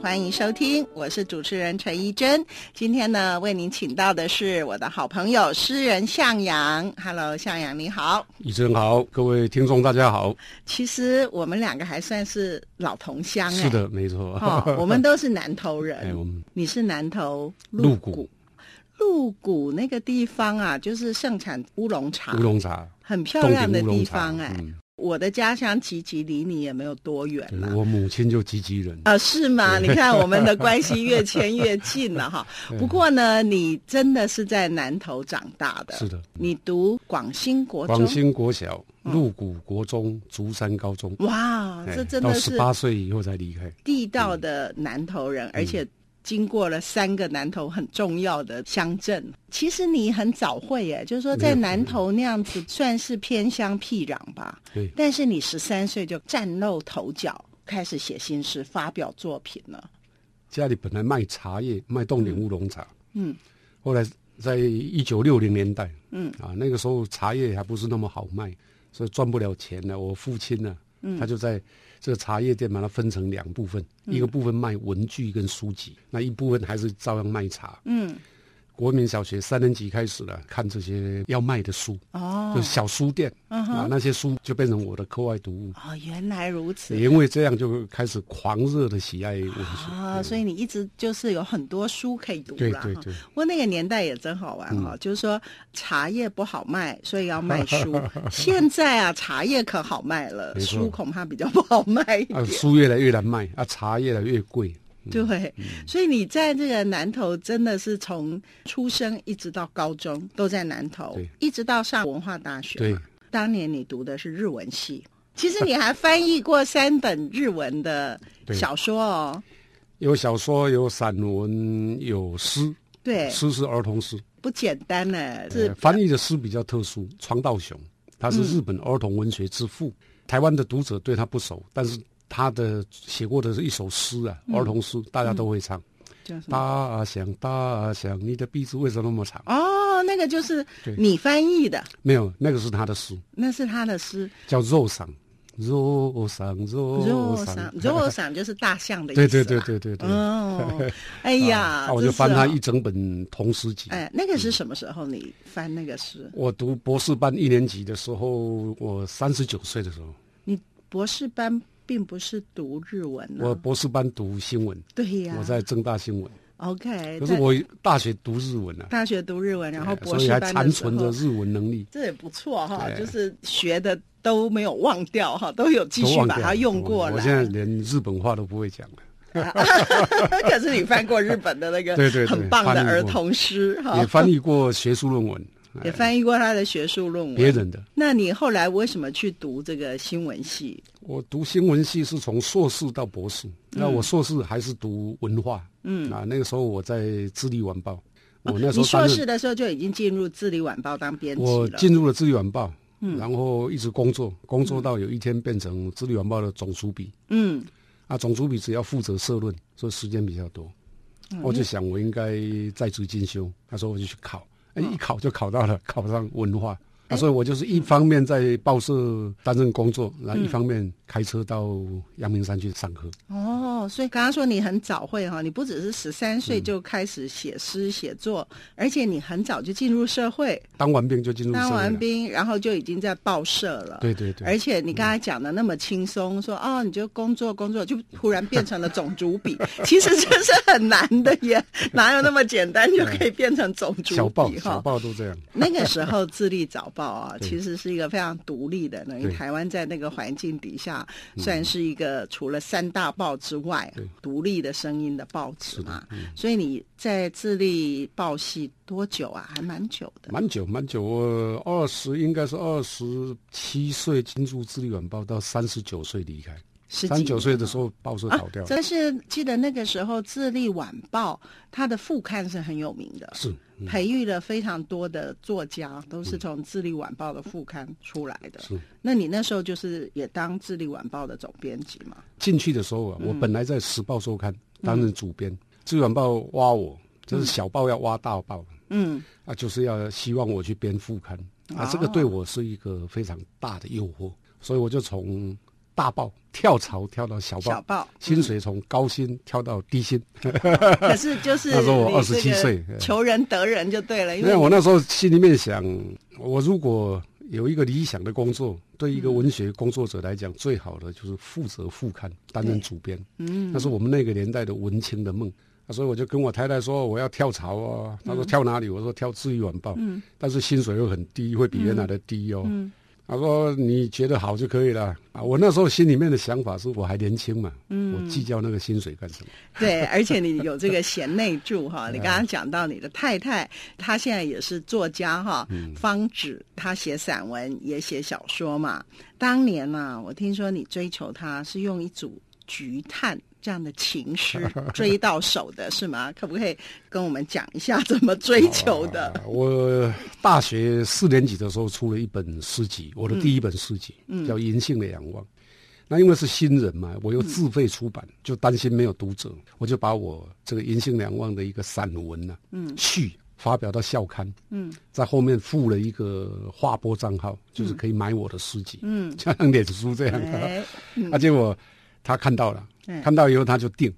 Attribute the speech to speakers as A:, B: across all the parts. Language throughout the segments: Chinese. A: 欢迎收听，我是主持人陈怡珍。今天呢，为您请到的是我的好朋友诗人向阳。Hello，向阳你好。
B: 医生好，各位听众大家好。
A: 其实我们两个还算是老同乡、哎
B: 是，的，没错。
A: 哦， 我们都是南头
B: 哎，
A: 人。
B: 我们
A: 你是南头
B: 鹿
A: 谷
B: 谷，
A: 鹿谷那个地方啊，就是盛产乌龙茶，
B: 乌龙茶，
A: 很啊漂
B: 冻
A: 亮的
B: 顶乌
A: 地
B: 龙茶
A: 方。哎。
B: 嗯，
A: 我的家乡吉吉离你也没有多远
B: 对
A: 了、
B: 我母亲就吉吉人，
A: 啊，是吗？你看我们的关系越牵越近了 哈。不过呢，你真的是在南头长大的，
B: 是的
A: 你读广兴国中，
B: 广兴国小、鹿谷国中、竹山高中。
A: 哇，
B: 哎
A: 嗯这真
B: 到
A: 的
B: 十
A: 是
B: 八岁以后才离开。
A: 地道的南头
B: 嗯
A: 人，而且经过了三个南头很重要的乡镇。其实你很早会耶，就是说在
B: 没有
A: 南头那样子算是偏乡僻壤吧。
B: 对，
A: 但是你十三岁就崭露头角，开始写新诗，发表作品了。
B: 家里本来卖茶叶，卖冻顶乌龙茶。
A: 嗯，
B: 后来在一九六零年代，
A: 嗯
B: 啊，那个时候茶叶还不是那么好卖，所以赚不了钱呢。我父亲呢、
A: 嗯
B: 他就在这个茶叶店把它分成两部分，一个部分卖文具跟书籍，那一部分还是照样卖茶。
A: 嗯，
B: 国民小学三年级开始了，看这些要卖的书，
A: 哦嗯
B: 就，小书店、啊，那些书就变成我的课外读物。
A: 哦，原来如此。
B: 也因为这样，就开始狂热的喜爱文学。
A: 啊，所以你一直就是有很多书可以读
B: 对
A: 啦。
B: 对
A: 哈
B: 对嗯
A: 不过那个年代也真好玩哈、就是说茶叶不好卖，所以要卖 书。现在啊，茶叶可好卖了，
B: 没错
A: 书恐怕比较不好卖一点。
B: 啊，嗯书越来越难卖，啊，茶越来越贵。
A: 对，所以你在这个南投真的是从出生一直到高中都在南投
B: 对，
A: 一直到上文化大学。
B: 对，
A: 当年你读的是日文系，其实你还翻译过三本日文的
B: 对
A: 小说哦。
B: 有小说，有散文，有诗。
A: 对，
B: 诗是儿童诗，
A: 不简单呢，是嗯
B: 呃翻译的诗比较特殊。川道雄，他是日本儿童文学之父，台湾的读者对他不熟，但是他的写过的一首诗啊，儿童诗大家都会唱。
A: 嗯叫什
B: 大
A: 么？
B: 啊响，大啊响，你的鼻子为什么那么长？
A: 哦，那个就是
B: 对
A: 你翻译的，
B: 没有，那个是他的诗，
A: 那是他的诗
B: 叫肉嗓，肉嗓，肉
A: 肉
B: 嗓
A: 赏，，肉赏就是大象的意思、
B: 对
A: 啊。
B: 对对对对对。
A: 哦，哎呀，
B: 啊，我就
A: 真是
B: 翻他
A: 哦
B: 一嗯整本童诗集。
A: 哎，那个是什么时候你翻那个诗？
B: 我读博士班一年级的时候，我三十九岁的时候，
A: 你博士班并不是读日文呢、
B: 我博士班读新闻，
A: 对啊呀、
B: 我在正大新闻。
A: OK，
B: 可是
A: 在
B: 我大学读日文 啊，
A: 大学读日文，然后
B: 所
A: 博
B: 以
A: 士
B: 还
A: 班
B: 残
A: 的时
B: 存着
A: 候，
B: 日文能力。
A: 这也不错哈，
B: 对
A: 就是学的都没有忘掉哈，都有 继
B: 都
A: 续
B: 忘
A: 把
B: 掉
A: 它
B: 了
A: 用
B: 都忘
A: 过
B: 了
A: 来。
B: 我现在连日本话都不会讲了。
A: 可是你翻过日本的那个
B: 对对对
A: 很棒的
B: 翻译过
A: 儿童诗哈，
B: 也翻译过学术论文，哎
A: 也翻译过他的学术论文。
B: 别人的。
A: 那你后来为什么去读这个新闻系？
B: 我读新闻系是从硕士到博
A: 嗯
B: 士，那我硕士还是读文化。嗯啊，那个时候我在《智利晚报》，我那时
A: 哦你
B: 候
A: 硕
B: 担任
A: 士的时候就已经进入《智利晚报》当编辑
B: 我
A: 了。嗯
B: 进入了《智利晚报》，然后一直工作，工作到有一天变成《智利晚报》的总主笔。
A: 嗯，
B: 啊，总主笔只要负责社论，所以时间比较多。
A: 嗯
B: 我就想我应该在职进修，他说我就去考，哎，
A: 哦
B: 一考就考到了， 考上文化。
A: 哎
B: 啊，所以我就是一方面在报社担任工作，然后一方面开车到阳明山去上课。
A: 哦，所以刚刚说你很早会哈，你不只是十三岁
B: 嗯
A: 就开始写诗写作，而且你很早就进入社会，
B: 当完兵就进入社
A: 当
B: 会
A: 完
B: 了。
A: 兵，然后就已经在报社了。
B: 对对对，
A: 而且你刚才讲的那么轻松，说哦，你就工作工作，就突然变成了总主 笔，其实这是很难的耶，哪有那么简单就可以变成总
B: 小
A: 主
B: 报
A: 笔
B: 小
A: 哈？
B: 报都这样。
A: 那个时候，《智利早报》啊，
B: 对
A: 其实是一个非常独立的，等于
B: 对嗯
A: 台湾在那个环境底下，算是一个除了三大报之外
B: 对嗯
A: 独立的声音的报纸嘛。所以你在智利报系多久啊？还蛮久的。
B: 蛮久蛮久，我二十应该是二十七岁进入《智利晚报》，到三十九岁离开。
A: 十
B: 三
A: 几
B: 九
A: 年
B: 岁的时候，报社
A: 啊
B: 倒掉，了。
A: 但是记得那个时候，《智利晚报》它的副刊是很有名的，
B: 是
A: 培育了非常多的作家，都是从《智利晚报》的副刊出来的。
B: 是
A: 那你那时候就是也当《智利晚报》的总编辑嘛？
B: 进去的时候啊，
A: 嗯
B: 我本来在《时报周刊》担任主编，《资源报》挖我，就是小报要挖大报
A: 嗯，
B: 啊，就是要希望我去
A: 啊
B: 编副刊啊，这个对我是一个非常大的诱惑，所以我就从大报跳槽跳到小报，
A: 小报
B: 薪水从高薪跳到低薪。
A: 可是就是
B: 那时候我
A: 你这个
B: 27岁哎
A: 求人得人就对了，因
B: 因
A: 为
B: 为我那时候心里面想，我如果有一个理想的工作，对一个文学工作者来讲，最好的就是负责副刊，担任主编。嗯，那是我们那个年代的文青的梦。那所以我就跟我太太说，我要跳槽啊。她说跳哪里？我说跳《自由晚报》。嗯，但是薪水又很低，会比原来的低哦。嗯，她说你觉得好就可以了啊。我那时候心里面的想法是我还年轻嘛，嗯，我计较那个薪水干什么？
A: 对，而且你有这个贤内助哈，你刚刚讲到你的太太，她现在也是作家哈，方芷她写散文也写小说嘛。当年呢、我听说你追求她是用一组菊炭。这样的情诗追到手的是吗？可不可以跟我们讲一下怎么追求的？
B: 啊我大学四年级的时候出了一本诗集，我的第一本诗集、叫《银杏的仰望》。那因为是新人嘛，我又自费出版，就担心没有读者，我就把我这个《银杏两望》的一个散文呢、嗯，序发表到校刊，嗯，在后面附了一个划拨账号，就是可以买我的诗集， 嗯，像脸书这样的、
A: 哎，
B: 啊，结果他看到了，
A: 嗯
B: 看到以后他就定，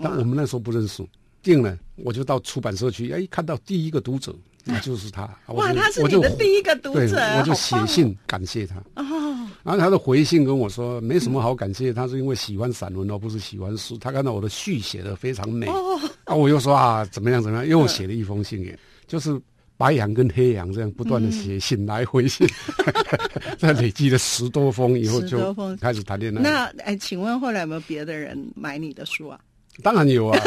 B: 但我们那时候不认识，定了我就到出版社去，哎，看到第一个读 者，那就是他，我
A: 哇，
B: 就
A: 她是
B: 我
A: 你
B: 就
A: 的第一个读
B: 对，
A: 者，
B: 我就
A: 好
B: 写
A: 棒哦
B: 信感谢他。
A: 哦，嗯
B: 然后他的回信跟我说，没什么好感谢，他是因为喜欢散文哦，不是喜欢诗。他看到我的序写的非常美，
A: 哦
B: 啊，我又说啊，怎么样怎么样，又写了一封信给，就是白羊跟黑羊这样不
A: 嗯
B: 断的写信来回信， 这累积了十多封以后
A: 十多
B: 就
A: 封
B: 开始谈恋爱。
A: 那哎，请问后来有没有别的人买你的书啊？
B: 当然 有啊，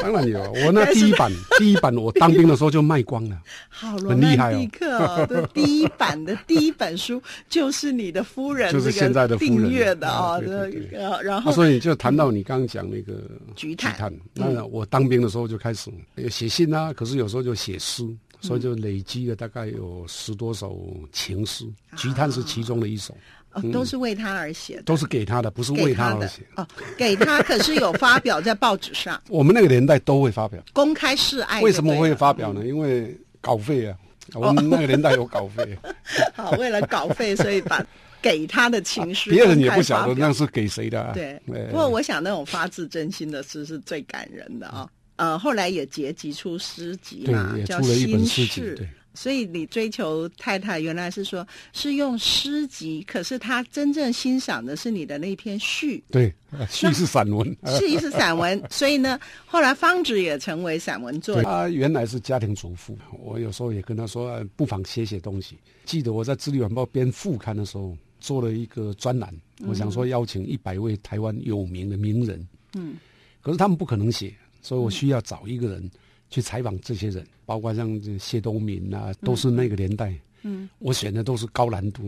B: 当然有啊。我那第一版，第一版我当兵的时候就卖 光了。
A: 好罗
B: 很厉害
A: 曼
B: 哦
A: 蒂克哦，这第一版 的第一本书就是你的夫人，
B: 就是现在的夫人
A: 订阅的哦，
B: 啊对对
A: 这
B: 对
A: 个呃然
B: 啊、
A: 后
B: 所以就谈到你刚刚讲那个
A: 菊炭嗯
B: 那我当兵的时候就开始有写信啊，可是有时候就写诗，
A: 嗯
B: 所以就累积了大概有十多首情诗，
A: 啊
B: 菊炭是其中的一首，
A: 哦都是为他而写的，
B: 嗯都是给他的，不是
A: 给
B: 为他而
A: 的
B: 写。
A: 哦，给他可是有发表在报纸上，
B: 我们那个年代都会发表，
A: 公开示爱就对
B: 为
A: 了。啊嗯
B: 什么会发表呢？因为稿费啊， 我们那个年代有稿费，啊
A: 好？哦为了稿费，所以 把给他的情诗，
B: 啊别人也不晓得
A: 那。
B: 那是给谁的、啊。
A: 对，
B: 哎
A: 不过我想那种发自真心的诗是最感人的啊、呃，后来也结集出诗集嘛
B: 嗯对，也
A: 叫《
B: 出了一本
A: 心
B: 诗集
A: 事》。
B: 对
A: 所以你追求太太，原来是说是用诗集，可是她真正欣赏的是你的那篇序，
B: 对，啊序是散文。
A: 是一是散 文。所以呢，后来方芷也成为散文作
B: 对，
A: 家。
B: 他原来是家庭主妇，我有时候也跟他说，呃不妨写写东西。记得我在《智利晚报》编副刊的时候，做了一个专栏，我想说邀请一百位台湾有名的名人，嗯，嗯可是他们不可能写，所以我需要找一个人去采访这些人，包括像这谢东闵啊，都是那个年代，嗯，我选的都是高难度。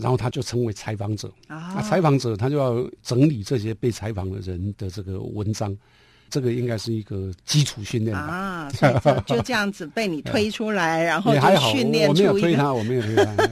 B: 然后他就成为采访者，
A: 啊
B: 那采访者他就要整理这些被采访的人的这个文章，这个应该是一个基础训练吧。
A: 啊，所以这就这样子被你推出来，然后
B: 也哎还
A: 啊就
B: 好，
A: 训
B: 我
A: 练
B: 我没有
A: 出一
B: 推
A: 个
B: 他，我没有推他。哎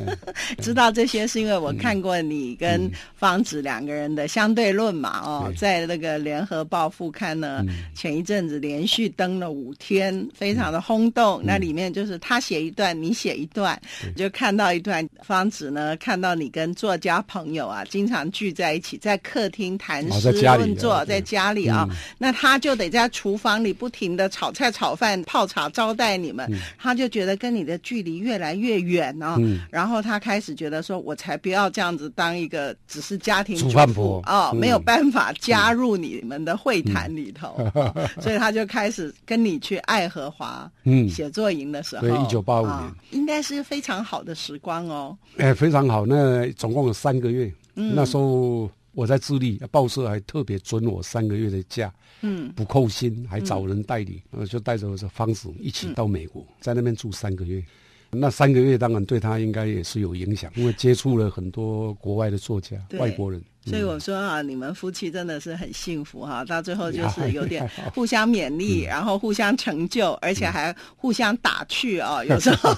A: 知道这些是因为我
B: 嗯
A: 看过你跟方芷两个人的相对论嘛，哦
B: 对，嗯
A: 在那个联合报副刊呢，前一阵子连续登了五天，非常的轰
B: 嗯
A: 动。那里面就是他写一段，你写一段，就看到一段方芷呢，看到你跟作家朋友啊，经常聚在一起，在客厅谈
B: 哦
A: 诗
B: 在家里
A: 论作，
B: 啊对
A: 在家里啊，那他就得在厨房里不停的炒菜、炒饭、泡茶招待你们，
B: 嗯
A: 他就觉得跟你的距离越来越远哦。然后他开始觉得说，我才不要这样子当一个只是家庭
B: 煮
A: 主
B: 饭
A: 妇
B: 婆
A: 哦，
B: 嗯
A: 没有办法加入你们的会谈里头，哦所以他就开始跟你去爱荷华
B: 嗯
A: 写作营的时候，
B: 对1985年
A: 啊应该是非常好的时光哦。
B: 哎，非常好。那总共有三个月，
A: 嗯
B: 那时候我在智利，报社还特别准我三个月的假，嗯，不扣薪，还找人代理，
A: 嗯
B: 呃，就带着我这方子一起到美国，在那边住三个月。那三个月当然对他应该也是有影响，因为接触了很多国外的作家、
A: 对
B: 外国人。
A: 所以我说啊，你们夫妻真的是很幸福哈、到最后就
B: 呀
A: 是有点互相勉励，
B: 嗯
A: 然后互相成就，而且还互相打趣哦。
B: 嗯
A: 有时 候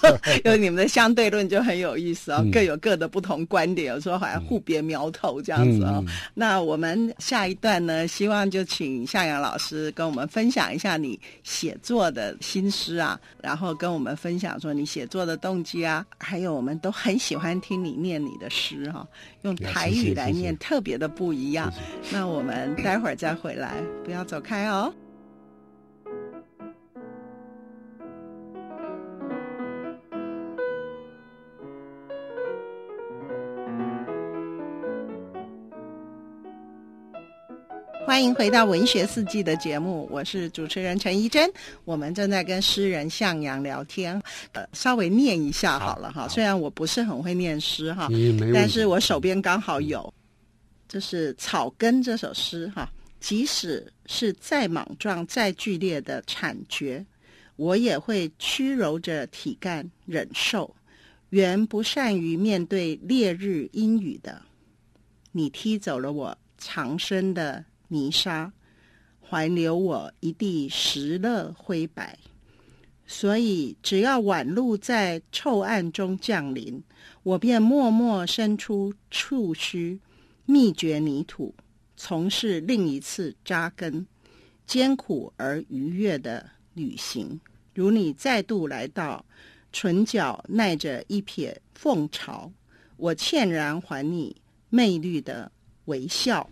A: 有你们的相对论就很有意思哦，各有各的不同观点，有时候还互别苗头这样子
B: 嗯
A: 哦。那我们下一段呢，希望就请夏阳老师跟我们分享一下你写作的心思啊，然后跟我们分享说你写作的动机啊，还有我们都很喜欢听你念你的诗哈、用台语来念
B: 谢谢谢谢
A: 台。特别的不一样。
B: 嗯
A: 那我们待会儿再回来，不要走开哦。欢迎回到《文学四季》的节目，我是主持人陈怡珍。我们正在跟诗人向阳聊天，呃，稍微念一下好了哈。虽然我不是很会念诗哈，但是我手边刚好有，这是《草根》这首诗哈。即使是再莽撞、再剧烈的惨觉，我也会屈柔着体干忍受。原不善于面对烈日阴雨的，你踢走了我藏身的。泥沙还留我一地石勒灰白，所以只要晚露在臭暗中降临，我便默默伸出触须，密掘泥土，从事另一次扎根，艰苦而愉悦的旅行。如你再度来到，唇角耐着一撇凤巢，我歉然还你媚绿的微笑。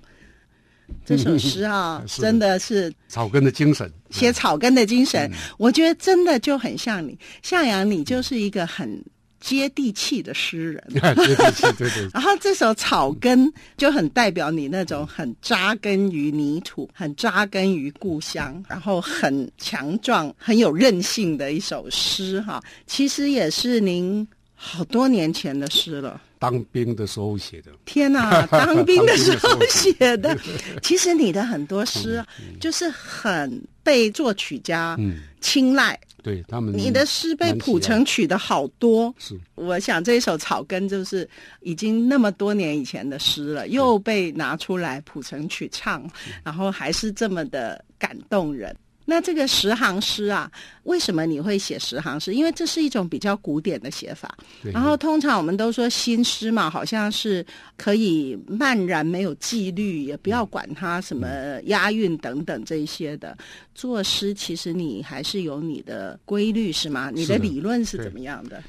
A: 这首诗啊，真的是
B: 草根的精神，
A: 写草根的精神，我觉得真的就很像你，向阳，你就是一个很接地气的诗人。
B: 接地气，对对。
A: 然后这首《草根》就很代表你那种很扎根于泥土、很扎根于故乡，然后很强壮、很有韧性的一首诗哈。其实也是您好多年前的诗了。
B: 当兵的时候写的，
A: 天 哪！当兵的时候写的，嗯其实你的很多诗啊就是很被作曲家青睐。嗯、
B: 对他们，
A: 你的诗被谱成曲的好多。
B: 是，
A: 我想这一首《草根》就是已经那么多年以前的诗了，又被拿出来谱成曲唱，然后还是这么的感动人。那这个十行诗啊，为什么你会写十行诗？因为这是一种比较古典的写法。然后通常我们都说新诗嘛，好像是可以漫然没有纪律，也不要管它什么押韵等等这一些的。作诗其实你还是有你的规律是吗？你的理论是怎么样的？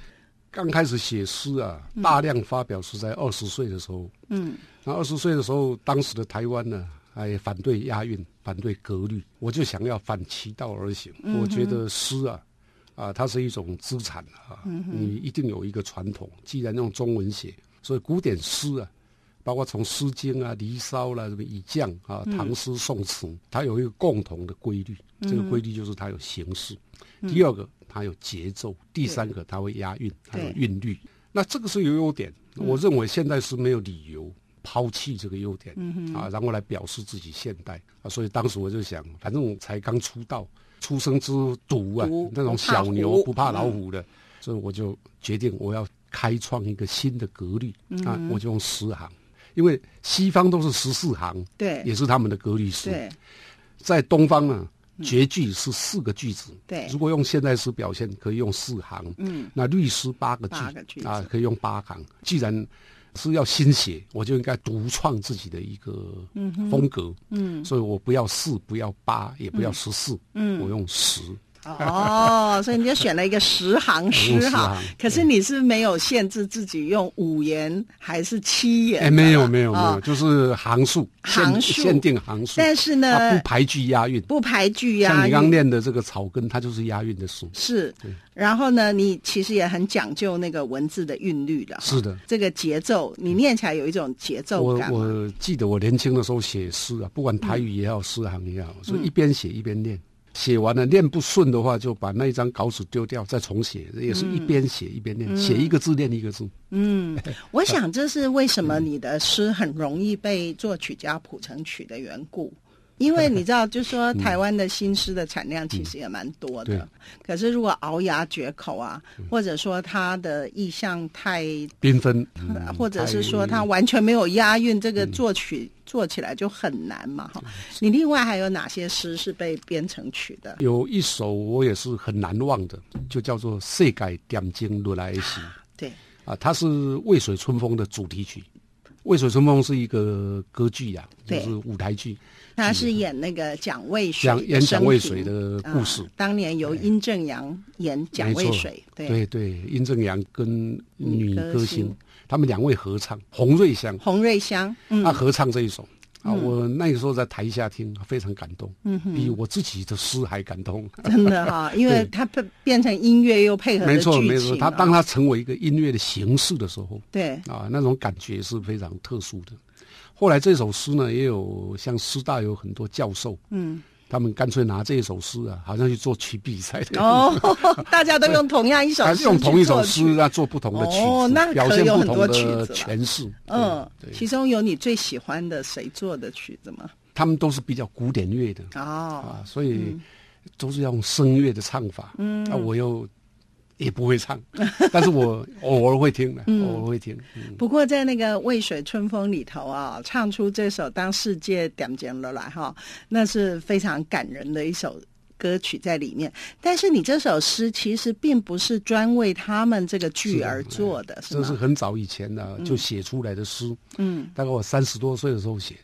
B: 刚开始写诗啊，大量发表是在二十岁的时候。
A: 嗯。
B: 那二十岁的时候，当时的台湾呢？哎，反对押韵，反对格律，我就想要反其道而行。嗯、我觉得诗啊，啊，它是一种资产啊，嗯、你一定有一个传统。既然用中文写，所以古典诗啊，包括从《诗经》啊、《离骚》啦、什么《以降》啊、唐诗、宋词，嗯、它有一个共同的规律。这个规律就是它有形式，第二个它有节奏，第三个它会押韵，它有韵律。那这个是有优点，我认为现代诗没有理由。抛弃这个优点、嗯、啊，然后来表示自己现代啊，所以当时我就想，反正我才刚出道，出生之犊啊，那种小牛不怕老虎的，嗯、所以我就决定我要开创一个新的格律、嗯、啊，我就用十行，因为西方都是十四行，
A: 对，
B: 也是他们的格律诗。在东方呢，绝句是四个句子，
A: 嗯对，
B: 如果用现代诗表现，可以用四行，
A: 嗯，
B: 那律诗八个句啊，可以用八行。既然是要新写，我就应该独创自己的一个风格，
A: 嗯，嗯
B: 所以我不要四，不要八，也不要十四、
A: 嗯，
B: 嗯，我用十。
A: 哦，所以你就选了一个十行诗 哈，可是你是没有限制自己用五言还是七言？
B: 哎，没有没有没有，就是行数，
A: 哦行数
B: 限定行数。
A: 但是呢，
B: 啊不排句押韵，
A: 不排句押韵。
B: 像你刚嗯念的这个草根，它就是押韵的书。
A: 是，然后呢，你其实也很讲究那个文字的韵律的。
B: 是的，
A: 这个节奏，你念起来有一种节奏
B: 感。我我记得我年轻的时候写诗啊，不管台语也好，诗行也好，
A: 嗯
B: 所以一边写一边念。写完了念不顺的话，就把那一张稿纸丢掉，再重写，也是一边写一边念，写、嗯、一个字念一个字。
A: 嗯， 我想这是为什
B: 嗯
A: 么你的诗很容易被作曲家谱成曲的缘故，因为你知道，就
B: 嗯
A: 说台湾的新诗的产量其实也蛮多的，嗯、可是如果熬牙绝口啊，
B: 嗯
A: 或者说它的意象太呃
B: 缤纷，
A: 嗯
B: 嗯
A: 或者是说它完全没有押韵，这个作曲。做起来就很难嘛，哈！你另外还有哪些诗是被编成曲的？
B: 有一首我也是很难忘的，就叫做《世界点睛如来时》。
A: 对，
B: 啊，它是《渭水春风》的主题曲。渭水春风》是一个歌剧呀、啊，就
A: 对
B: 是舞台剧，
A: 他是演那个蒋渭水
B: 讲
A: 的
B: 演
A: 生
B: 嗯蒋渭
A: 平
B: 水的故事。
A: 啊当年由殷正阳演蒋
B: 没
A: 渭
B: 错
A: 水，对，
B: 对对，殷正阳跟女
A: 歌
B: 歌
A: 星
B: 星，他们两位合唱《洪瑞香》，
A: 洪瑞香，嗯
B: 他合唱这一首啊，我那个时候在台下听，非常感动，
A: 嗯
B: 比我自己的诗还感动。
A: 真的 哈、因为他变变成音乐又配合
B: 没
A: 的
B: 错没
A: 剧
B: 错，
A: 情
B: 他
A: 啊，
B: 当他成为一个音乐的形式的时候
A: 对，
B: 啊，那种感觉是非常特殊的。后来这首诗呢，也有像师大有很多教授，
A: 嗯，
B: 他们干脆拿这一首诗啊，好像去做曲比赛的。
A: 哦， 大家都用同样一首
B: 还
A: 诗
B: 是用同一首
A: 去作
B: 诗
A: 曲，
B: 啊，做不同的曲
A: 哦那可
B: 子，表现
A: 有
B: 不
A: 很
B: 同
A: 多曲
B: 的
A: 子了
B: 诠释。
A: 嗯，
B: 对，对
A: 其中有你最喜欢的谁做的曲子吗？
B: 他们都是比较古典乐的，
A: 哦，
B: 啊，所以都是要用声乐的唱法。嗯，啊，我又也不会唱， 但是我偶尔会听的，偶尔会听。嗯
A: 不过在那个《渭水春风》里头啊，唱出这首《当世界点睛了来》哈，那是非常感人的一首歌曲在里面。但是你这首诗其实并不是专为他们这个剧而做的，是
B: 这是
A: 吗？嗯
B: 很早以前呢、就写出来的诗。嗯，大概我三十多岁的时候写的。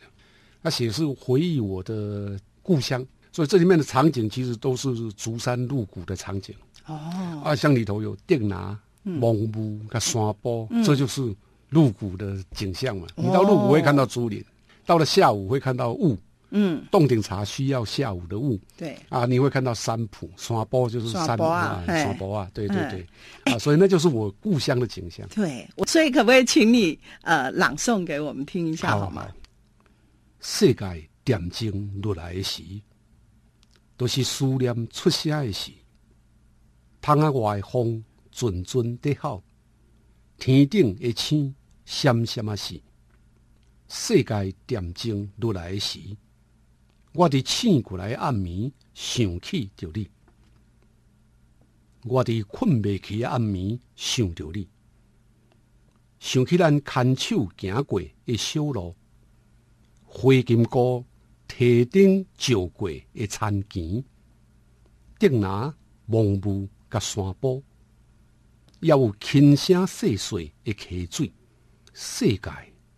B: 那写是回忆我的故乡，所以这里面的场景其实都是竹山入谷的场景。
A: 哦，嗯
B: 啊，像里头有电拿、蒙布、跟山坡，这就是鹿谷的景象
A: 哦
B: 嘛。你到鹿谷会看到竹林，到了下午会看到雾。
A: 嗯，
B: 洞顶茶需要下午的雾
A: 对，
B: 啊，你会看到山坡，山坡就是
A: 山
B: 山
A: 坡啊嘿
B: 山坡啊，对对
A: 嗯
B: 对，啊，所以那就是我故乡的景象。
A: 对，我所以可不可以请你呃朗诵给我们听一下好 吗？？
B: 世界点睛落来的时，都、是思念出声的时。窗仔外的风阵阵在吼，天顶的星闪闪啊是。世界点睛落来的时，我伫醒过来的暗暝想起着你，我伫困袂去的暗暝想着你。想起咱牵手行过的小路，花金菇提顶照过的田墘，竹篮蒙雾甲山坡，也有轻声细碎的溪水，世界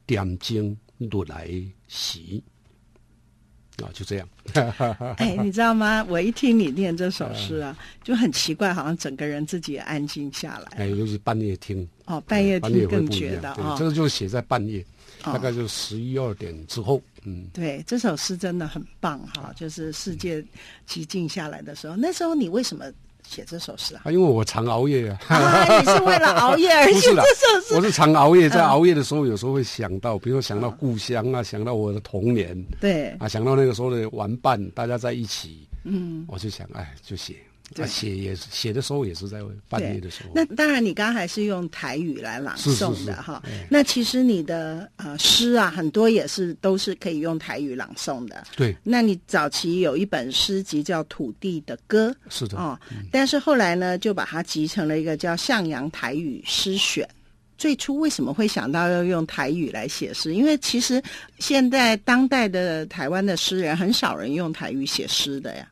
B: 点睛落来的时，啊，就这样。
A: 哎，你知道吗？我一听你念这首诗
B: 嗯
A: 啊，就很奇怪，好像整个人自己也安静下来。
B: 哎，尤其半夜听，
A: 哦，半夜
B: 哎半夜
A: 听
B: 会
A: 更
B: 不一
A: 觉
B: 样。
A: 得
B: 对，
A: 啊
B: 这，个就是写在半夜，
A: 哦
B: 大概就是十一二点之后，嗯。
A: 对，这首诗真的很棒哈，就是世界寂静下来的时候，那时候你为什么写这首 诗啊？
B: 啊，因为我常熬夜啊。
A: 啊，你是为了熬夜而
B: 不
A: 写
B: 是啦
A: 这首，嗯诗？
B: 我是常熬夜，在熬夜的时候，有时候会想到，比如说想到故乡啊，想到我的童年
A: 对，
B: 啊，想到那个时候的玩伴，大家在一起，嗯，我就想，哎，就写，
A: 对
B: 啊，写也是写的时候也是在半夜的时候，
A: 那当然，你刚才是用台语来朗
B: 是是
A: 诵
B: 是
A: 的哈。那其实你的呃诗啊，很多也是都是可以用台语朗诵的。
B: 对，
A: 那你早期有一本诗集叫《土地的歌》
B: 是的，
A: 哦，但是后来呢，就把它集成了一个叫《向阳台语诗选》。最初为什么会想到要用台语来写诗？因为其实现在当代的台湾的诗人很少人用台语写诗的呀。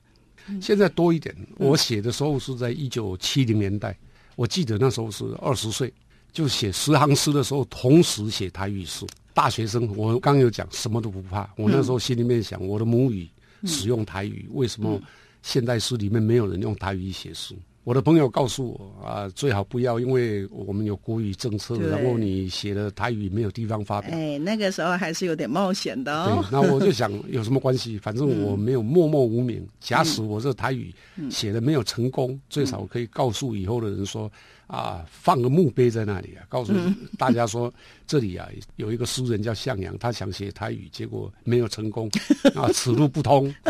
B: 现在多一点。我写的时候是在一九七零年代，我记得那时候是二十岁，就写十行诗的时候，同时写台语诗。大学生，我刚有讲什么都不怕。我那时候心里面想，我的母语使用台语，为什么现代诗里面没有人用台语写诗？我的朋友告诉我啊，最好不要，因为我们有国语政策，
A: 对
B: 然后你写了台语没有地方发表。
A: 哎，那个时候还是有点冒险的
B: 对
A: 哦。，嗯
B: 那我就想有什么关系？反正我没有默默无名。假使我这台语写的没有成功，最
A: 嗯
B: 少可以告诉以后的人说啊，放个墓碑在那里啊，告诉
A: 嗯
B: 大家说、这里啊有一个诗人叫向阳，他想写台语，结果没有成功啊，此路不通。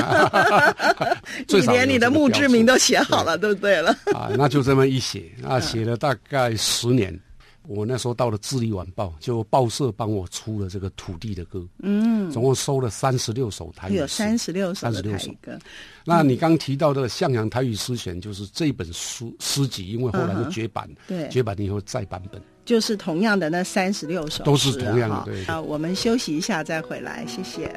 A: 你
B: 最少有
A: 连你的
B: 这个
A: 墓
B: 标
A: 志
B: 注
A: 铭都写好了，对不对了？
B: 啊，那就这么一写
A: 嗯
B: 啊，写了大概十年。我那时候到了《智利晚报》，就报社帮我出了这个土地的歌，嗯，总共收了三十六首台语诗，
A: 有三十六首的
B: 36
A: 台
B: 首
A: 语歌，
B: 那你刚提到的《向阳台语诗选》就是这本书诗集，因为后来就绝版，
A: 嗯对
B: 绝版以后再版本。
A: 就是同样的那三十六首
B: 都是
A: 诗啊
B: 同样的
A: 哈
B: 对
A: 啊，我们休息一下再回来，谢谢。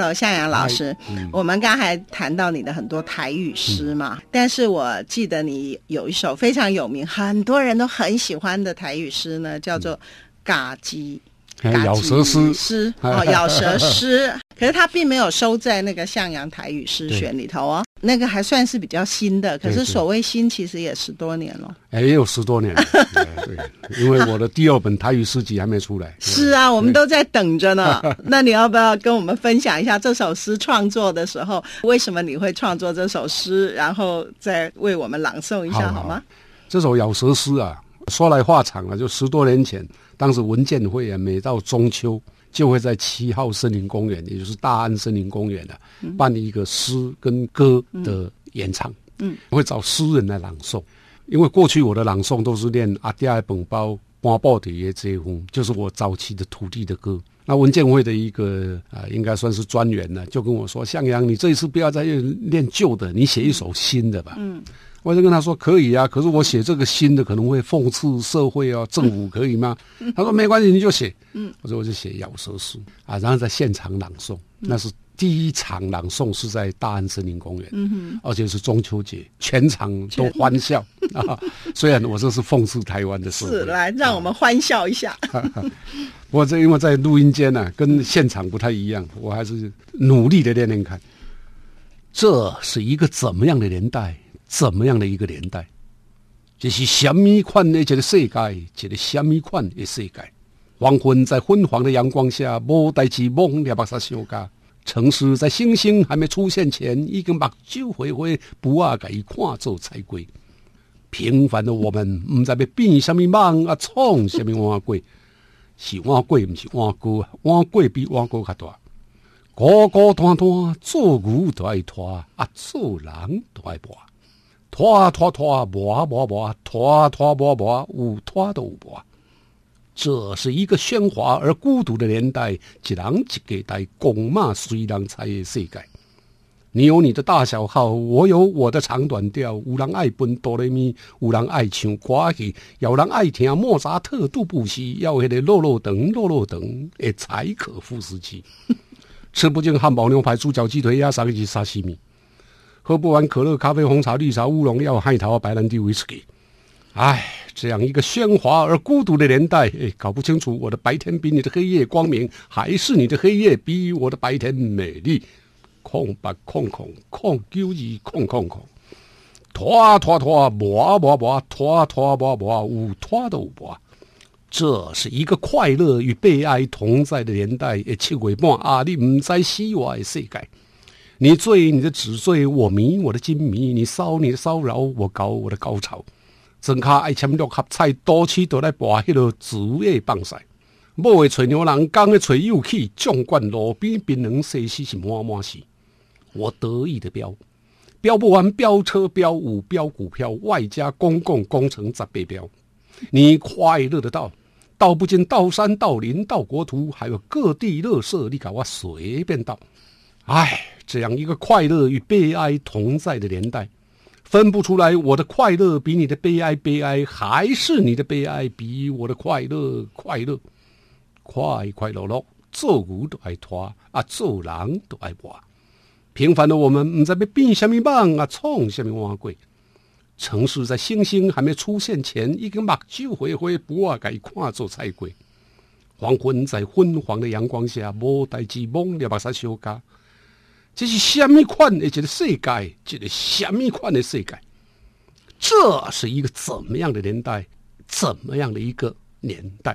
A: 有向阳老师，
B: 嗯
A: 我们刚才谈到你的很多台语诗嘛，但是我记得你有一首非常有名，很多人都很喜欢的台语诗呢，叫
B: 嗯
A: 做《嘎叽》。
B: 哎咬舌诗
A: 诗哦，咬舌诗，可是它并没有收在那个向阳台语诗选里头哦，那个还算是比较新的，可是
B: 对对
A: 所谓新其实也十多年了。
B: 哎，也有十 多年了。哎对，因为我的第二本台语诗集还没 出来。嗯
A: 是啊，我们都在等着 呢。那你要不要跟我们分享一下这首诗创作的时候，为什么你会创作这首诗，然后再为我们朗诵一下
B: 好
A: 好吗？
B: 这首咬舌诗啊，说来话长了，就十多年前，当时文建会啊，每到中秋就会在七号森林公园，也就是大安森林公园啊，办一个诗跟歌的演唱。
A: 嗯，
B: 会找诗人来朗诵，因为过去我的朗诵都是念阿弟爱本包八报的耶这红，就是我早期的土地的歌。那文建会的一个啊、呃应该算是专员呢，就跟我说：“向阳，你这一次不要再念旧的，你写一首新的吧。”嗯，我就跟他说：“可以啊，可是我写这个新的可能会讽刺社会哦，政府可以吗？”他说：“没关系，你就写。”嗯，我说我就写咬舌诗啊，然后在现场朗诵，那是第一场朗诵是在大安森林公园。嗯而且是中秋节，全场都欢笑 啊！虽然我这是讽刺台湾的事，
A: 是，来让我们欢笑一下。
B: 不过这因为在录音间呢、跟现场不太一样，我还是努力的练练看。这是一个怎么样的年代？怎么样的一个年代？这是什么款的一个世界？一个什么款的世界？黄昏在昏黄的阳光下，无代志蒙了目屎相加。城市在星星还没出现前，已经目睭花花，不啊甲伊看做彩龟。平凡的我们，毋知要变什么梦啊，创什么碗粿。是碗粿，毋是碗糕啊！碗粿比碗糕较大。孤孤单单做牛都爱拖，啊做人都爱磨。拖拖拖磨磨磨，拖拖磨磨，有拖都有磨。这是一个喧哗而孤独的年代，一人一个代，公骂随人猜的世界。你有你的大小号，我有我的长短调。有人爱分哆来咪，有人爱唱歌曲，有人爱听莫扎特、杜布西，要迄个肉肉肠、肉肉肠的柴可夫斯基。 吃不尽汉堡、牛排、猪脚、鸡腿、鸭肠以及沙西米，喝不完可乐、咖啡、红茶、绿茶、乌龙药、海桃、啊白兰地、威士忌。唉，这样一个喧哗而孤独的年代，哎，搞不清楚我的白天比你的黑夜光明，还是你的黑夜比我的白天美丽。空八空空空九二空空空，拖啊拖拖磨磨磨啊拖拖磨磨，有拖都有磨。这是一个快乐与悲哀同在的年代，一七月半啊，你唔知死活的世界。你醉你的纸醉，我迷我的金迷，你骚你的骚扰，我搞我的高潮。真卡爱签六合彩，多起都来跋迄落职业放晒。某的找牛郎，讲的找右去，纵观路边槟榔西施是满满是。我得意的标，标不完标车标舞标股票，外加公共工程十倍标。你快乐的到，到不尽到山到林到国土，还有各地乐色，你搞我随便到。唉，这样一个快乐与悲哀同在的年代，分不出来我的快乐比你的悲哀悲哀，还是你的悲哀比我的快乐快乐。快快乐乐，做牛都爱拖，啊做人都爱活。平凡的我们，唔知要变什么梦啊，创什么碗粿。城市在星星还没出现前，已经目睭花花，不啊该看做菜粿。黄昏在昏黄的阳光下，无代志忙了目屎相加。这是什么款的一个世界？一个什么款的世界？这是一个怎么样的年代？怎么样的一个年代？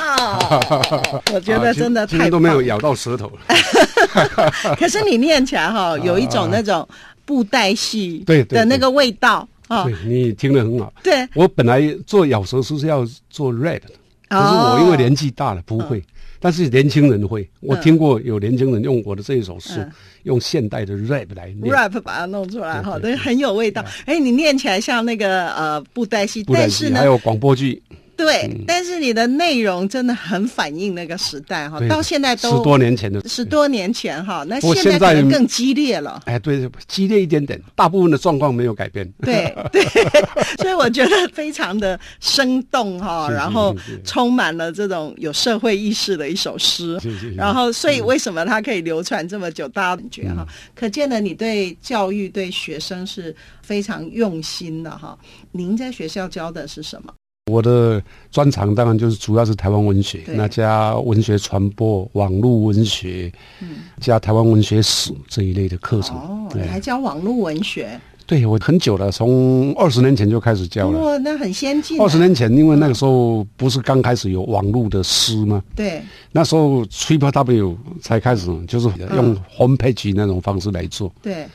A: 哦， 我觉得真的
B: 啊
A: 太
B: 今今天都没
A: 棒
B: 有
A: 了
B: 咬到舌头。
A: 可是你念起
B: 啊
A: 来哈、有一种那种布袋戏
B: 对对
A: 的那个味道啊、哦
B: 对你听得很好。
A: 对
B: 我本来做咬舌是要做 red，的可
A: 哦
B: 是我因为年纪
A: 嗯
B: 大了不会，但是年轻人会。我听过有年轻人用我的这一首诗，
A: 嗯
B: 用现代的 rap 来念。
A: rap 把它弄出来哈，
B: 对对
A: 对，
B: 啊
A: 很有味道。哎，你念起来像那个呃布袋戏，
B: 不然
A: 但是呢
B: 还，有广播剧，
A: 对，但是你的内容真的很反映那个时代哈，
B: 对
A: 哦到现在
B: 十
A: 都
B: 多年前的
A: 十多年前哈，那
B: 不过
A: 现在
B: 现在
A: 可能更激烈 了。
B: 哎，对，激烈一点点，大部分的状况没有改 变。
A: 对对， 所以我觉得非常的生动哈、
B: 是是
A: 然后
B: 是是
A: 充满了这种有社会意识的一首诗。
B: 是是是
A: 然后，所以为什么它可以流传这么久？大家觉得
B: 嗯
A: 哈，可见呢，你对教育对学生是非常用心的哈。您在学校教的是什么？
B: 我的专长当然就是主要是台湾文学，
A: 对
B: 那加文学传播、网络文学，加台湾文学史这一类的课程。
A: 哦，
B: 哎
A: 你还教网络文学，
B: 对我很久了，从二十年前就开始教哦了。
A: 哇，那很先进啊。
B: 二十年前，因为那个时候不是刚开始有网络的诗吗？
A: 对，
B: 那时候 Triple W 才开始，就是用 homepage 那种方式来做。
A: 对，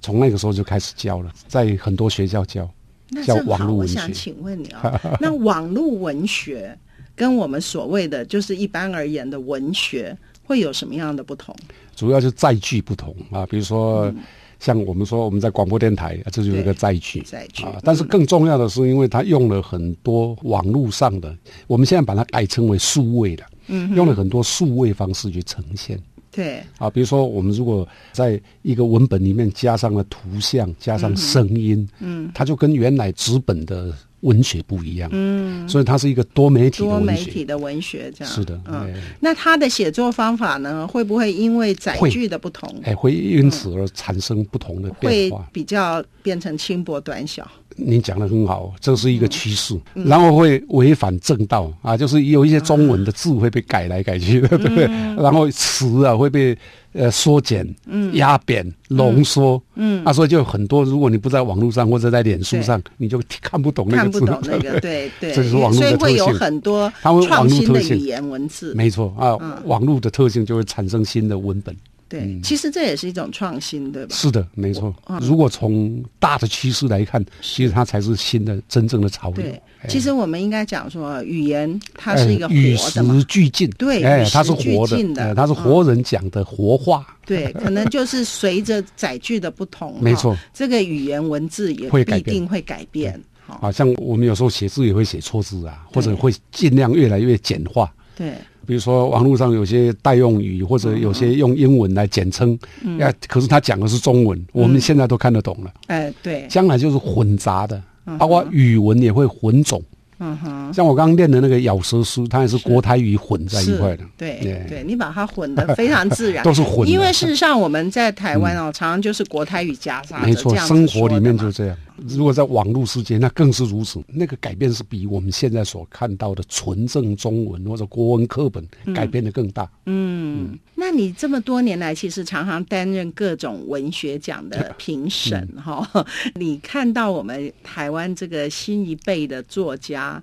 B: 从那个时候就开始教了，在很多学校教。
A: 那
B: 叫
A: 正
B: 网
A: 好，
B: 络
A: 我
B: 文
A: 想
B: 学
A: 请问你啊、 那网络文学跟我们所谓的就是一般而言的文学会有什么样的不同？
B: 主要是载具不同啊，比如说、像我们说我们在广播电台，啊这就是一
A: 嗯对
B: 个载具。
A: 载具
B: 啊，但是更重要的是，因为它用了很多网络上的，我们现在把它改称为数位了，嗯，用了很多数位方式去呈现
A: 对
B: 啊，比如说我们如果在一个文本里面加上了图像，加上声音，嗯，它就跟原来纸本的文学不一样，嗯，所以它是一个多媒体的
A: 多
B: 文
A: 媒
B: 学，
A: 体的文学这样
B: 是的，
A: 嗯。
B: 哎
A: 那他的写作方法呢，会不会因为载
B: 会
A: 具的不同，
B: 哎，会因此而产生不同的
A: 嗯
B: 变
A: 会
B: 化。
A: 比较变成轻薄短小？
B: 你讲的很好，这是一个趋势，
A: 嗯
B: 然后会违反正道啊，就是有一些中文的字会被改来改
A: 啊
B: 去的，对不对？
A: 嗯
B: 然后词啊会被呃缩减、压扁、浓缩，嗯，啊，所以就有很多，如果你不在网络上或者在脸书上，你就看不懂那
A: 看
B: 个
A: 不
B: 字，
A: 懂那个，对对，
B: 这是网络
A: 所以
B: 的特
A: 会有
B: 性。
A: 很多
B: 它会
A: 创
B: 网络
A: 新的
B: 特性
A: 语言文字。
B: 没错啊，
A: 嗯
B: 网络的特性就会产生新的文本。
A: 对，
B: 嗯
A: 其实这也是一种创新，对吧？
B: 是的，没错。
A: 嗯
B: 如果从大的趋势来看，其实它才是新的真正的潮流
A: 对。，
B: 哎
A: 其实我们应该讲说，语言它是一个
B: 哎与
A: 活 的嘛，
B: 时俱进，
A: 对与
B: 哎，
A: 时
B: 它是活
A: 俱进
B: 的，
A: 的嗯
B: 哎它是活人讲的活话，
A: 对，可能就是随着载具的不同，
B: 没
A: 哈
B: 错，
A: 这个语言文字也
B: 会改
A: 必
B: 变
A: 定会改变，好，
B: 啊，像我们有时候写字也会写错字啊，
A: 对
B: 或者会尽量越来越简化。
A: 对
B: 比如说网络上有些代用语，或
A: 嗯
B: 者有些用英文来简称，呀、可是他讲的是中
A: 嗯
B: 文，我们现在都看得懂了。
A: 哎，对，
B: 将来就是混杂的，包括语文也会混种。
A: 嗯哼，
B: 像我刚刚练的那个咬舌诗，它也是国台语混在一
A: 是
B: 块的，，
A: 对
B: 哎
A: 对，你把它混得非常自然，
B: 都是混的。嗯
A: 因为事实上我们在台湾哦，常常就是国台语夹杂着
B: 没错
A: 这，样子
B: 生活里面
A: 说
B: 就
A: 的嘛
B: 这样。如果在网络世界，那更是如此。那个改变是比我们现在所看到的纯正中文或者国文课本改变的更大。
A: 嗯，那你这么多年来，其实常常担任各种文学奖 的评审哈、 你看到我们台湾这个新一辈的作家，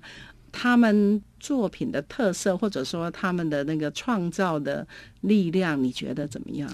A: 他们作品的特色，或者说他们的那个创造的力量，你觉得怎么样？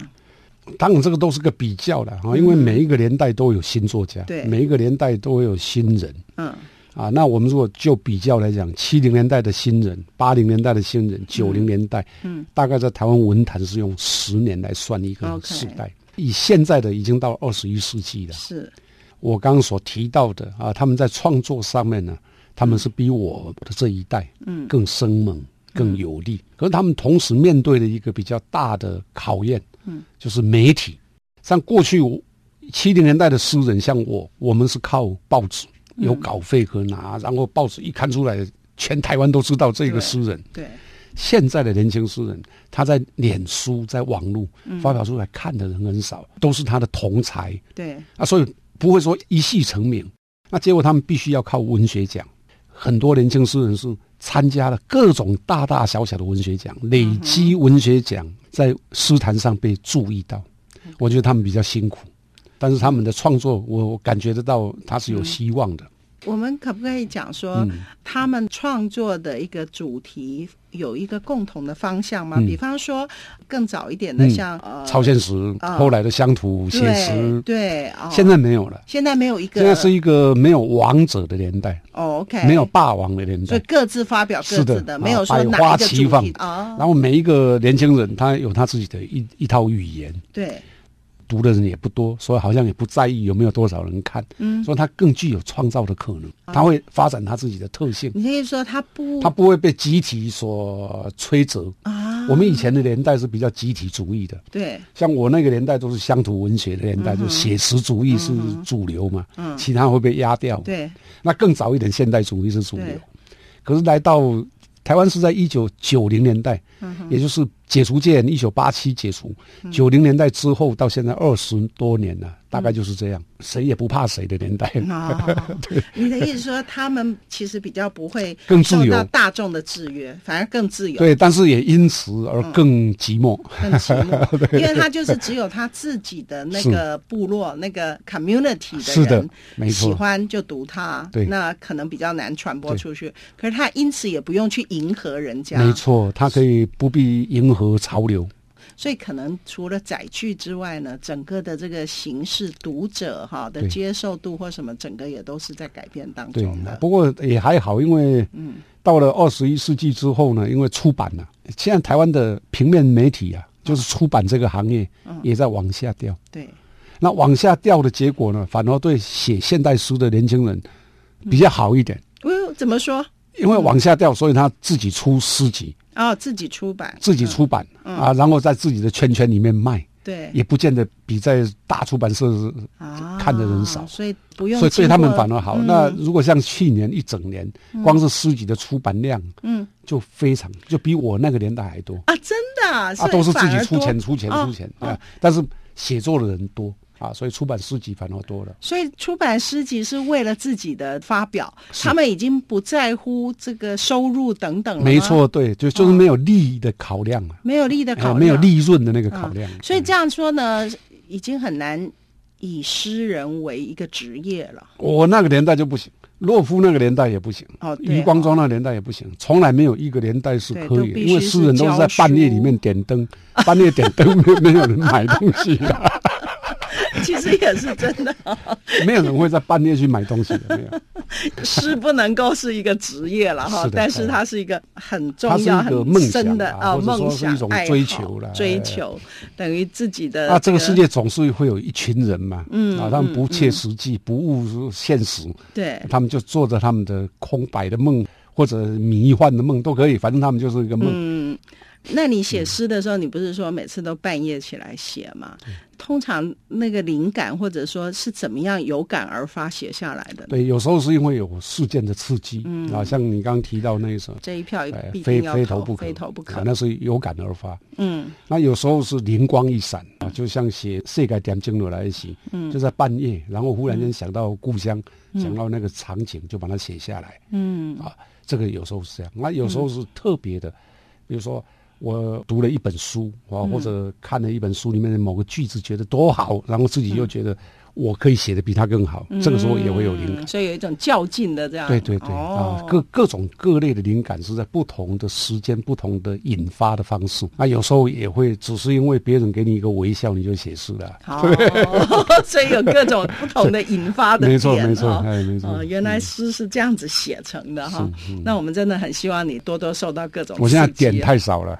B: 当然，这个都是个比较了啊，因为每一个年代都有新作家，
A: 嗯对
B: 每一个年代都有新人
A: 嗯，
B: 啊。那我们如果就比较来讲，七零年代的新人、八零年代的新人、九零年代，嗯，大概在台湾文坛是用十年来算一个
A: OK
B: 时代。以现在的已经到二十一世纪了，
A: 是
B: 我刚刚所提到的啊，他们在创作上面呢，他们是比我的这一代，嗯，更生猛、更有力。可是他们同时面对的一个比较大的考验，嗯，就是媒体。像过去七零年代的诗人，像我，我们是靠报纸有稿费可拿，然后报纸一刊出来，全台湾都知道这个
A: 对
B: 诗人。
A: 对，
B: 现在的年轻诗人，他在脸书、在网络发表出来，看的人很少，都是他的同才，
A: 对，
B: 啊，所以不会说一系成名。那结果他们必须要靠文学奖，很多年轻诗人是参加了各种大大小小的文学奖，
A: 嗯
B: 累积文学奖在诗坛上被注意到。
A: 嗯
B: 我觉得他们比较辛苦，但是他们的创作，我我感觉得到他是有
A: 嗯
B: 希望的。
A: 我们可不可以讲说，
B: 嗯
A: 他们创作的一个主题有一个共同的方向吗？比方说，更早一点的
B: 嗯
A: 像、呃，
B: 超现实，
A: 啊
B: 后来的乡土写
A: 对
B: 实，
A: 对，哦、
B: 现在没有了。
A: 现在没有一个，
B: 现在是一个没有王者的年代，
A: 哦，OK，
B: 没有，霸王的年
A: 所
B: 代
A: 以。各自发表各
B: 是
A: 自
B: 的
A: 的，
B: 啊
A: 没有说
B: 百
A: 哪
B: 花
A: 一个主
B: 齐放
A: 题啊，
B: 然后每一个年轻人，他有他自己的一一套语言，
A: 对，
B: 读的人也不多，所以好像也不在意有没有多少人看，嗯，所以它更具有创造的可能，
A: 啊
B: 它会发展它自己的特性，
A: 你可以说他不
B: 它不会被集体所摧折。
A: 啊，
B: 我们以前的年代是比较集体主义的，
A: 对，
B: 像我那个年代都是乡土文学的年
A: 嗯
B: 代，就写实主义是主流嘛，其他会被压掉。
A: 对，
B: 那更早一点，现代主义是主流
A: 对。
B: 可是来到台湾是在一九九零年代，
A: 嗯
B: 也就是解除戒严，一九八七解除，九零年代之后到现在二十多年
A: 嗯
B: 了，大概就是这样，谁也不怕谁的年代。
A: 哦，你的意思说他们其实比较不会
B: 更自
A: 受
B: 由
A: 到大众的制约，反而更自由，
B: 对，但是也因此而更寂寞。
A: 更寂 寞，因为他就是只有他自己的那个部落、那个 community
B: 是的
A: 人
B: 没错
A: 喜欢就读他，
B: 对
A: 那可能比较难传播出去。可是他因此也不用去迎合人家，
B: 没错，他可以不必迎合潮流。
A: 所以可能除了载具之外呢，整个的这个形式读者哈的
B: 对
A: 接受度或什么，整个也都是在改变当
B: 对
A: 中的，。嗯
B: 不过也还好，因为到了二十一世纪之后呢，因为出版了、现在台湾的平面媒体啊，就是出版这个行业
A: 嗯
B: 也在往下掉。
A: 对，
B: 那往下掉的结果呢，反而对写现代书的年轻人比较好一点，
A: 我怎么说？
B: 因为往下掉，所以他自己出诗集，
A: 哦，自己出版，
B: 自己出版、
A: 嗯
B: 啊，然后在自己的圈圈里面卖，
A: 对
B: 也不见得比在大出版社
A: 啊，
B: 看的人少
A: 所以不用嗯
B: 所以对
A: 经
B: 他们
A: 过
B: 反而好。那如果像去年一整年，
A: 嗯
B: 光是诗集的出版量，嗯，就非常就比我那个年代还多
A: 啊，真的啊，
B: 啊
A: 所，以
B: 都是自
A: 反
B: 己
A: 而
B: 出
A: 多
B: 钱、出钱、
A: 哦
B: 出钱
A: 哦
B: 啊。但是写作的人多啊，所以出版诗集反而多了。
A: 所以出版诗集是为了自己的发表，他们已经不在乎这个收入等等了。
B: 没，错，对，就就是没有利益的考量啊，
A: 没有利益的考
B: 啊
A: 量，
B: 没有利润的那
A: 嗯
B: 个考量。
A: 所以这样说呢，已经很难以诗人为一个职业了。
B: 我那个年代就不行，洛夫那个年代也不行，
A: 哦，对
B: 余光中那个年代也不行，从来没有一个年代是
A: 对
B: 可以
A: 都
B: 的，
A: 必
B: 因为
A: 须
B: 诗
A: 是
B: 人都是在
A: 教
B: 半夜
A: 书
B: 里面点灯，半夜点灯 没有没有人买东西的。
A: 哦其实也是真的，
B: 没有人会在半夜去买东西的，没有。
A: 诗不能够是一个职业了哈
B: 是，的
A: 但是它是一个很重
B: 它是
A: 要、
B: 一个梦
A: 很
B: 想
A: 深的
B: 啊
A: 啊
B: 或者说
A: 梦
B: 是一
A: 想、
B: 种
A: 爱
B: 追
A: 好
B: 求啦
A: 追
B: 哎啊
A: 求等于自己的
B: 那这个世界总是会有一群人嘛，嗯，啊，他们不切实
A: 嗯
B: 际，不务现实，
A: 对
B: 他们就做着他们的空白的梦或者迷幻的梦都可以，反正他们就是一个梦。
A: 那你
B: 嗯
A: 写诗的时候，你不是说每次都半夜起来写吗？通常那个灵感或者说是怎么样有感而发写下来的？嗯
B: 对，有时候是因为有事件的刺激，啊，像你刚刚提到那一首，
A: 这一票
B: 呃
A: 必
B: 非
A: 定要
B: 非
A: 投，
B: 投不可，
A: 非投不可
B: 啊。那是有感而发。
A: 嗯，
B: 那有时候是灵光一闪啊，就像写《世界点睛落来一起》，嗯，就在半夜，然后忽然间想到故乡，
A: 嗯
B: 想到那个场景，就把它写下来，嗯，啊，这个有时候是这样，那有时候是特别的，比如说我读了一本书啊，
A: 嗯
B: 或者看了一本书里面的某个句子，觉得多好，然后自己
A: 嗯
B: 又觉得我可以写的比他更好，这个时候也会有灵感
A: 嗯，。所以有一种较劲的这样。
B: 对对对、
A: 哦
B: 啊，各各种各类的灵感是在不同的时间、不同的引发的方式。那有时候也会只是因为别人给你一个微笑，你就写诗了。
A: 好，所以有各种不同的引发的
B: 没错
A: 点
B: 没错
A: 哦
B: 哎没错嗯
A: 哦原来诗是这样子写成的哈。那我们真的很希望你多多受到各种刺激啊。
B: 我现在点太少了，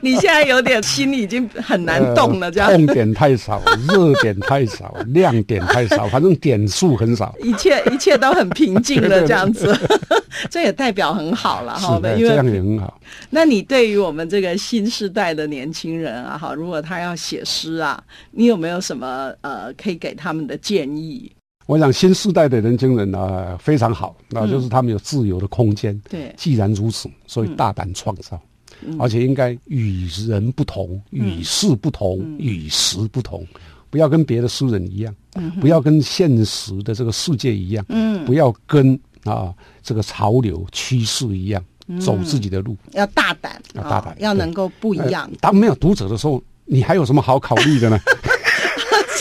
A: 你现在有点心里已经很难动了，这样
B: 呃痛点 太少，热点太少，亮点太少，反正点数很少。
A: 一 切一切都很平静了，这样子， 这也代表很 好了哈
B: 是。的，
A: 因
B: 这样
A: 为
B: 也很好。
A: 那你对于我们这个新时代的年轻人啊，哈，如果他要写诗啊，你有没有什么呃可以给他们的建议？
B: 我想新时代的年轻人啊、非常好，那、
A: 嗯
B: 就是他们有自由的空间。
A: 对
B: 既然如此，所
A: 嗯
B: 以大胆创造，而且应该与人不同，
A: 嗯
B: 与世不同，与时不同，不要跟别的诗人一样，
A: 嗯
B: 不要跟现实的这个世界一样，不要跟啊这个潮流趋势一样，
A: 嗯
B: 走自己的路。
A: 要大胆
B: 要
A: 啊
B: 大胆
A: 要能够不一样
B: 呃。当没有读者的时候，你还有什么好考 虑的呢？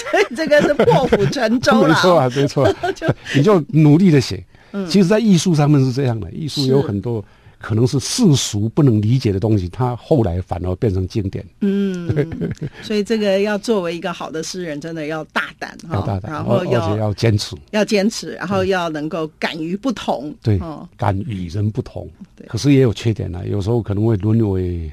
A: 所 以这个是破釜沉舟
B: 没
A: 啦。哦嗯
B: 错啊，没错啊， 你就努力的写。其实，在艺术上面是这样的，艺术
A: 是
B: 有很多可能是世俗不能理解的东西，它后来反而变成经典。
A: 所以这个要作为一个好的诗人，真的要大胆
B: 要
A: 哈
B: 大，胆，
A: 啊然
B: 而
A: 后
B: 而且要坚持，
A: 要坚持，然后要能够敢于不同。
B: 对
A: 哦，嗯
B: 敢与人不同
A: 对。
B: 可是也有缺点啊，有
A: 啊
B: 时候可能会沦为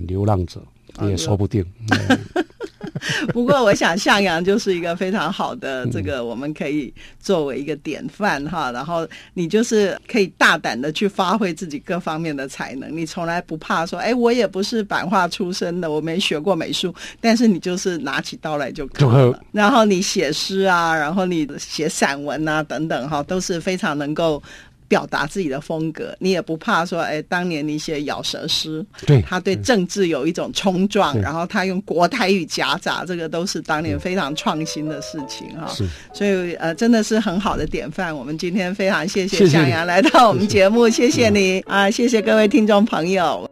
B: 流浪者，也说不定。嗯
A: 不过我想向阳就是一个非常好的这个，我们可以作为一个典范哈。然后你就是可以大胆的去发挥自己各方面的才能，你从来不怕说，哎，我也不是版画出身的，我没学过美术，但是你就是拿起刀来就砍
B: 就和
A: 了。然后你写诗啊，然后你写散文啊等等哈，都是非常能够。表达自己的风格，你也不怕说，哎，当年你写咬舌诗，
B: 对
A: 他对政治有一种冲撞，然后他用国台语夹杂，这个都是当年非常创新的事情哈、
B: 是
A: 所以呃，真的是很好的典范。我们今天非常谢
B: 谢
A: 谢
B: 谢嗯
A: 向
B: 你
A: 阳来到我们节目，谢谢你啊，谢谢各位听众朋友。